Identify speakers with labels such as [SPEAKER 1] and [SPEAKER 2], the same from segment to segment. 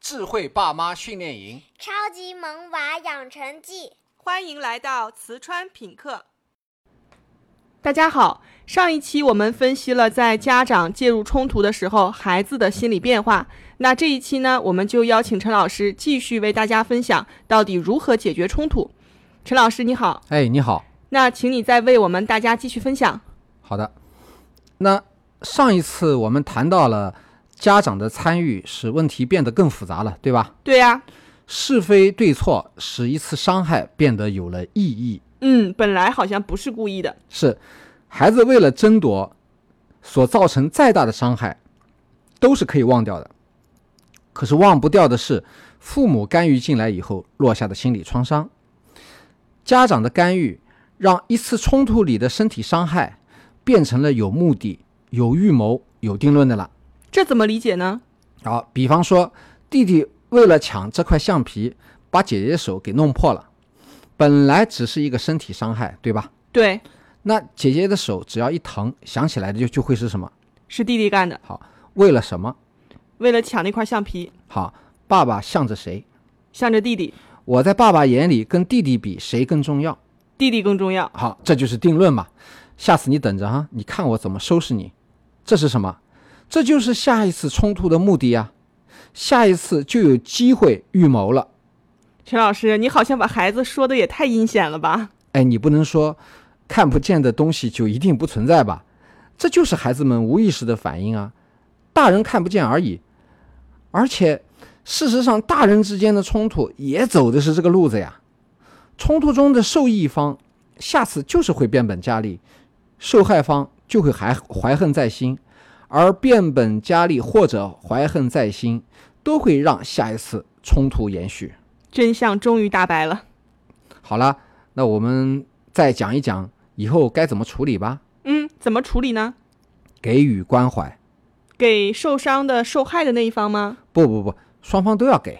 [SPEAKER 1] 智慧爸妈训练营，
[SPEAKER 2] 《超级萌娃养成记》。
[SPEAKER 3] 欢迎来到瓷川品客。
[SPEAKER 4] 大家好，上一期我们分析了在家长介入冲突的时候孩子的心理变化，那这一期呢，我们就邀请陈老师继续为大家分享到底如何解决冲突。陈老师你好，
[SPEAKER 1] 哎，你好，
[SPEAKER 4] 那请你再为我们大家继续分享。
[SPEAKER 1] 好的。那上一次我们谈到了家长的参与使问题变得更复杂了，对吧？
[SPEAKER 4] 对呀、
[SPEAKER 1] 是非对错使一次伤害变得有了意义。
[SPEAKER 4] 嗯，本来好像不是故意的，
[SPEAKER 1] 是孩子为了争夺所造成再大的伤害，都是可以忘掉的。可是忘不掉的是父母干预进来以后落下的心理创伤。家长的干预让一次冲突里的身体伤害变成了有目的、有预谋、有定论的了。
[SPEAKER 4] 这怎么理解呢？
[SPEAKER 1] 好，比方说，弟弟为了抢这块橡皮，把姐姐手给弄破了，本来只是一个身体伤害，对吧？
[SPEAKER 4] 对，
[SPEAKER 1] 那姐姐的手只要一疼，想起来的就就会是什么？
[SPEAKER 4] 是弟弟干的，
[SPEAKER 1] 为了什么？
[SPEAKER 4] 为了抢那块橡皮，
[SPEAKER 1] 好，爸爸向着谁？
[SPEAKER 4] 向着弟弟，
[SPEAKER 1] 我在爸爸眼里跟弟弟比谁更重要？
[SPEAKER 4] 弟弟更重要。
[SPEAKER 1] 好，这就是定论嘛。下次你等着哈，你看我怎么收拾你。这是什么？这就是下一次冲突的目的呀、下一次就有机会预谋了。
[SPEAKER 4] 陈老师，你好像把孩子说的也太阴险了吧？
[SPEAKER 1] 哎，你不能说看不见的东西就一定不存在吧？这就是孩子们无意识的反应啊，大人看不见而已。而且，事实上，大人之间的冲突也走的是这个路子呀。冲突中的受益方下次就是会变本加厉，受害方就会还怀恨在心，而变本加厉或者怀恨在心，都会让下一次冲突延续。
[SPEAKER 4] 真相终于大白了。
[SPEAKER 1] 好了，那我们再讲一讲以后该怎么处理吧。
[SPEAKER 4] 嗯，怎么处理呢？
[SPEAKER 1] 给予关怀，
[SPEAKER 4] 给受伤的受害的那一方吗？
[SPEAKER 1] 不不不，双方都要给。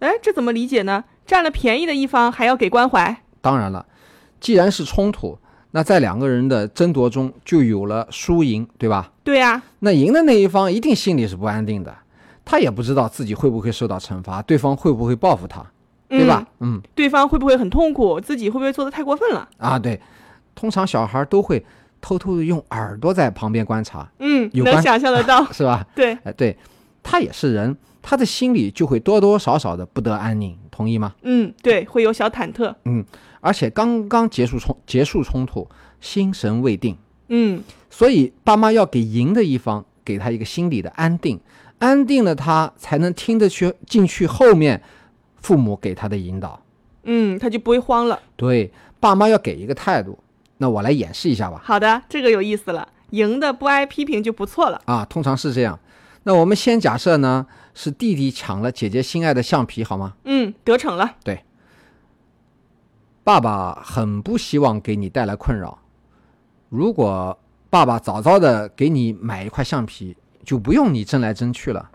[SPEAKER 4] 哎，这怎么理解呢？占了便宜的一方还要给关怀，
[SPEAKER 1] 当然了，既然是冲突，那在两个人的争夺中就有了输赢，对吧？
[SPEAKER 4] 对呀、
[SPEAKER 1] 那赢的那一方一定心里是不安定的，他也不知道自己会不会受到惩罚，对方会不会报复他，对吧？嗯
[SPEAKER 4] 嗯？对方会不会很痛苦？自己会不会做的太过分了？
[SPEAKER 1] 啊，对，通常小孩都会偷偷的用耳朵在旁边观察，
[SPEAKER 4] 嗯，
[SPEAKER 1] 有
[SPEAKER 4] 能
[SPEAKER 1] 关。
[SPEAKER 4] 想象得到
[SPEAKER 1] 是吧？
[SPEAKER 4] 对，
[SPEAKER 1] 哎，对，他也是人，他的心里就会多多少少的不得安宁，同意吗？
[SPEAKER 4] 嗯，对，会有小忐忑。
[SPEAKER 1] 而且刚刚结束冲结束冲突，心神未定，
[SPEAKER 4] 嗯，
[SPEAKER 1] 所以爸妈要给赢的一方给他一个心理的安定，安定了他才能听得去进去后面父母给他的引导。
[SPEAKER 4] 嗯，他就不会慌了。
[SPEAKER 1] 对，爸妈要给一个态度。那我来演示一下吧。
[SPEAKER 4] 好的，这个有意思了。赢的不挨批评就不错了。
[SPEAKER 1] 啊，通常是这样。那我们先假设呢，是弟弟抢了姐姐心爱的橡皮，好吗？
[SPEAKER 4] 嗯，得逞了。
[SPEAKER 1] 爸爸很不希望给你带来困扰。如果爸爸早早的给你买一块橡皮，就不用你争来争去了。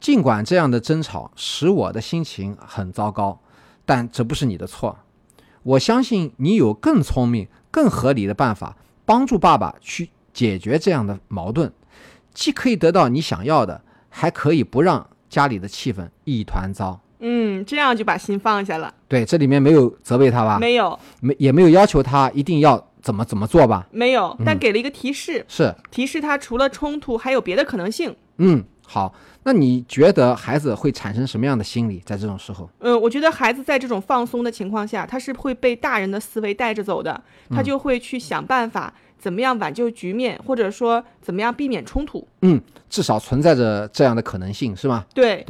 [SPEAKER 1] 尽管这样的争吵使我的心情很糟糕，但这不是你的错。我相信你有更聪明、更合理的办法帮助爸爸去解决这样的矛盾，既可以得到你想要的，还可以不让家里的气氛一团糟。
[SPEAKER 4] 嗯，这样就把心放下了。
[SPEAKER 1] 对，这里面没有责备他吧？
[SPEAKER 4] 没有，
[SPEAKER 1] 没也没有要求他一定要怎么怎么做吧？
[SPEAKER 4] 没有，但给了一个提示，
[SPEAKER 1] 是，
[SPEAKER 4] 提示他除了冲突还有别的可能性。
[SPEAKER 1] 嗯，好。那你觉得孩子会产生什么样的心理？在这种时候，
[SPEAKER 4] 嗯，我觉得孩子在这种放松的情况下，他是会被大人的思维带着走的，他就会去想办法怎么样挽救局面，或者说怎么样避免冲突。
[SPEAKER 1] 嗯，至少存在着这样的可能性，是吗？
[SPEAKER 4] 对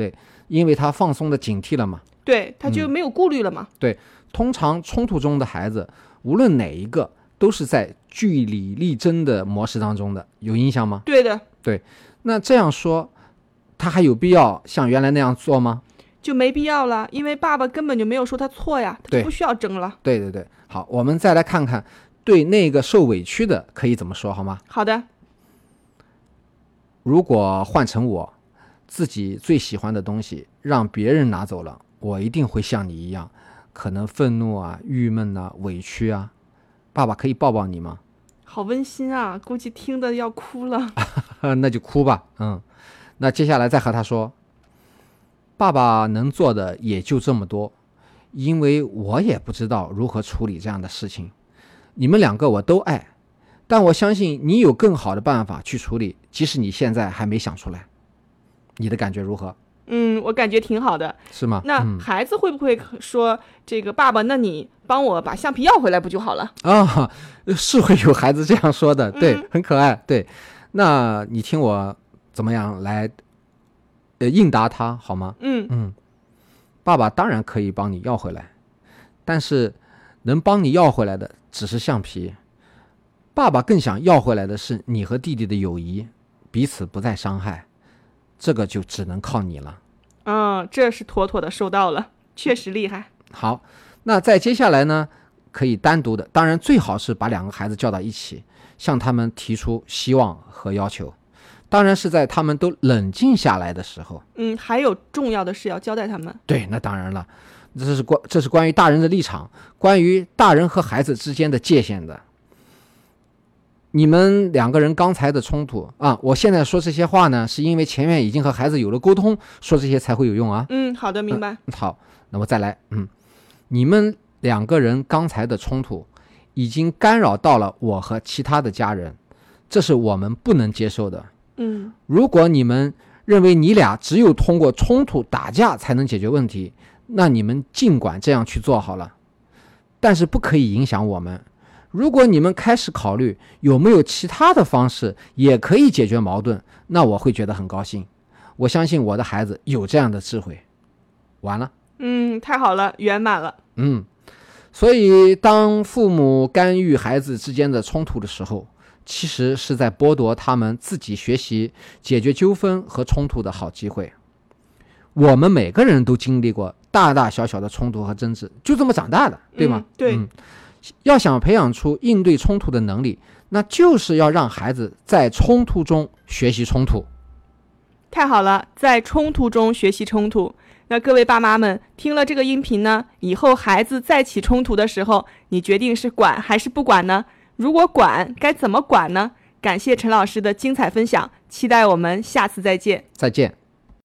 [SPEAKER 1] 因为他放松的警惕了嘛。
[SPEAKER 4] 对，他就没有顾虑了嘛。
[SPEAKER 1] 通常冲突中的孩子，无论哪一个，都是在据理力争的模式当中的，有印象吗？
[SPEAKER 4] 对的，
[SPEAKER 1] 那这样说，他还有必要像原来那样做吗？
[SPEAKER 4] 就没必要了，因为爸爸根本就没有说他错呀，他
[SPEAKER 1] 对
[SPEAKER 4] 就不需要争了。
[SPEAKER 1] 对对对，好，我们再来看看对那个受委屈的可以怎么说，好吗？
[SPEAKER 4] 好的，
[SPEAKER 1] 如果换成我，自己最喜欢的东西让别人拿走了，我一定会像你一样，可能愤怒啊、郁闷啊、委屈啊。爸爸可以抱抱你吗？
[SPEAKER 4] 好温馨啊，估计听得要哭了。
[SPEAKER 1] 那就哭吧，嗯。那接下来再和他说，爸爸能做的也就这么多，因为我也不知道如何处理这样的事情。你们两个我都爱，但我相信你有更好的办法去处理，即使你现在还没想出来。你的感觉如何？
[SPEAKER 4] 嗯，我感觉挺好的。
[SPEAKER 1] 是吗？
[SPEAKER 4] 那
[SPEAKER 1] 嗯
[SPEAKER 4] 孩子会不会说这个爸爸？那你帮我把橡皮要回来不就好了？
[SPEAKER 1] 啊， 是会有孩子这样说的，对
[SPEAKER 4] 嗯，
[SPEAKER 1] 很可爱，对。那你听我怎么样来，呃，应答他好吗？
[SPEAKER 4] 嗯
[SPEAKER 1] 嗯，爸爸当然可以帮你要回来，但是能帮你要回来的只是橡皮。爸爸更想要回来的是你和弟弟的友谊，彼此不再伤害，这个就只能靠你了。
[SPEAKER 4] 嗯，这是妥妥的收到了，确实厉害。
[SPEAKER 1] 好，那再接下来呢，可以单独的，当然最好是把两个孩子叫到一起，向他们提出希望和要求。当然是在他们都冷静下来的时候。
[SPEAKER 4] 嗯，还有重要的事要交代他们。
[SPEAKER 1] 对，那当然了，这是关这是关于大人的立场，关于大人和孩子之间的界限的。你们两个人刚才的冲突啊，我现在说这些话呢，是因为前面已经和孩子有了沟通，说这些才会有用啊。
[SPEAKER 4] 嗯，好的，明白。
[SPEAKER 1] 好，那么再来，嗯，你们两个人刚才的冲突已经干扰到了我和其他的家人，这是我们不能接受的。
[SPEAKER 4] 嗯
[SPEAKER 1] 如果你们认为你俩只有通过冲突打架才能解决问题，那你们尽管这样去做好了，但是不可以影响我们。如果你们开始考虑有没有其他的方式也可以解决矛盾，那我会觉得很高兴。我相信我的孩子有这样的智慧。完了。
[SPEAKER 4] 嗯，太好了，圆满了。
[SPEAKER 1] 嗯，所以当父母干预孩子之间的冲突的时候，其实是在剥夺他们自己学习、解决纠纷和冲突的好机会。我们每个人都经历过大大小小的冲突和争执，就这么长大的，对吗？
[SPEAKER 4] 嗯对
[SPEAKER 1] 嗯要想培养出应对冲突的能力，那就是要让孩子在冲突中学习冲突。
[SPEAKER 4] 太好了，在冲突中学习冲突。那各位爸妈们听了这个音频呢，以后孩子再起冲突的时候，你决定是管还是不管呢？如果管，该怎么管呢？感谢陈老师的精彩分享，期待我们下次再见。
[SPEAKER 1] 再见。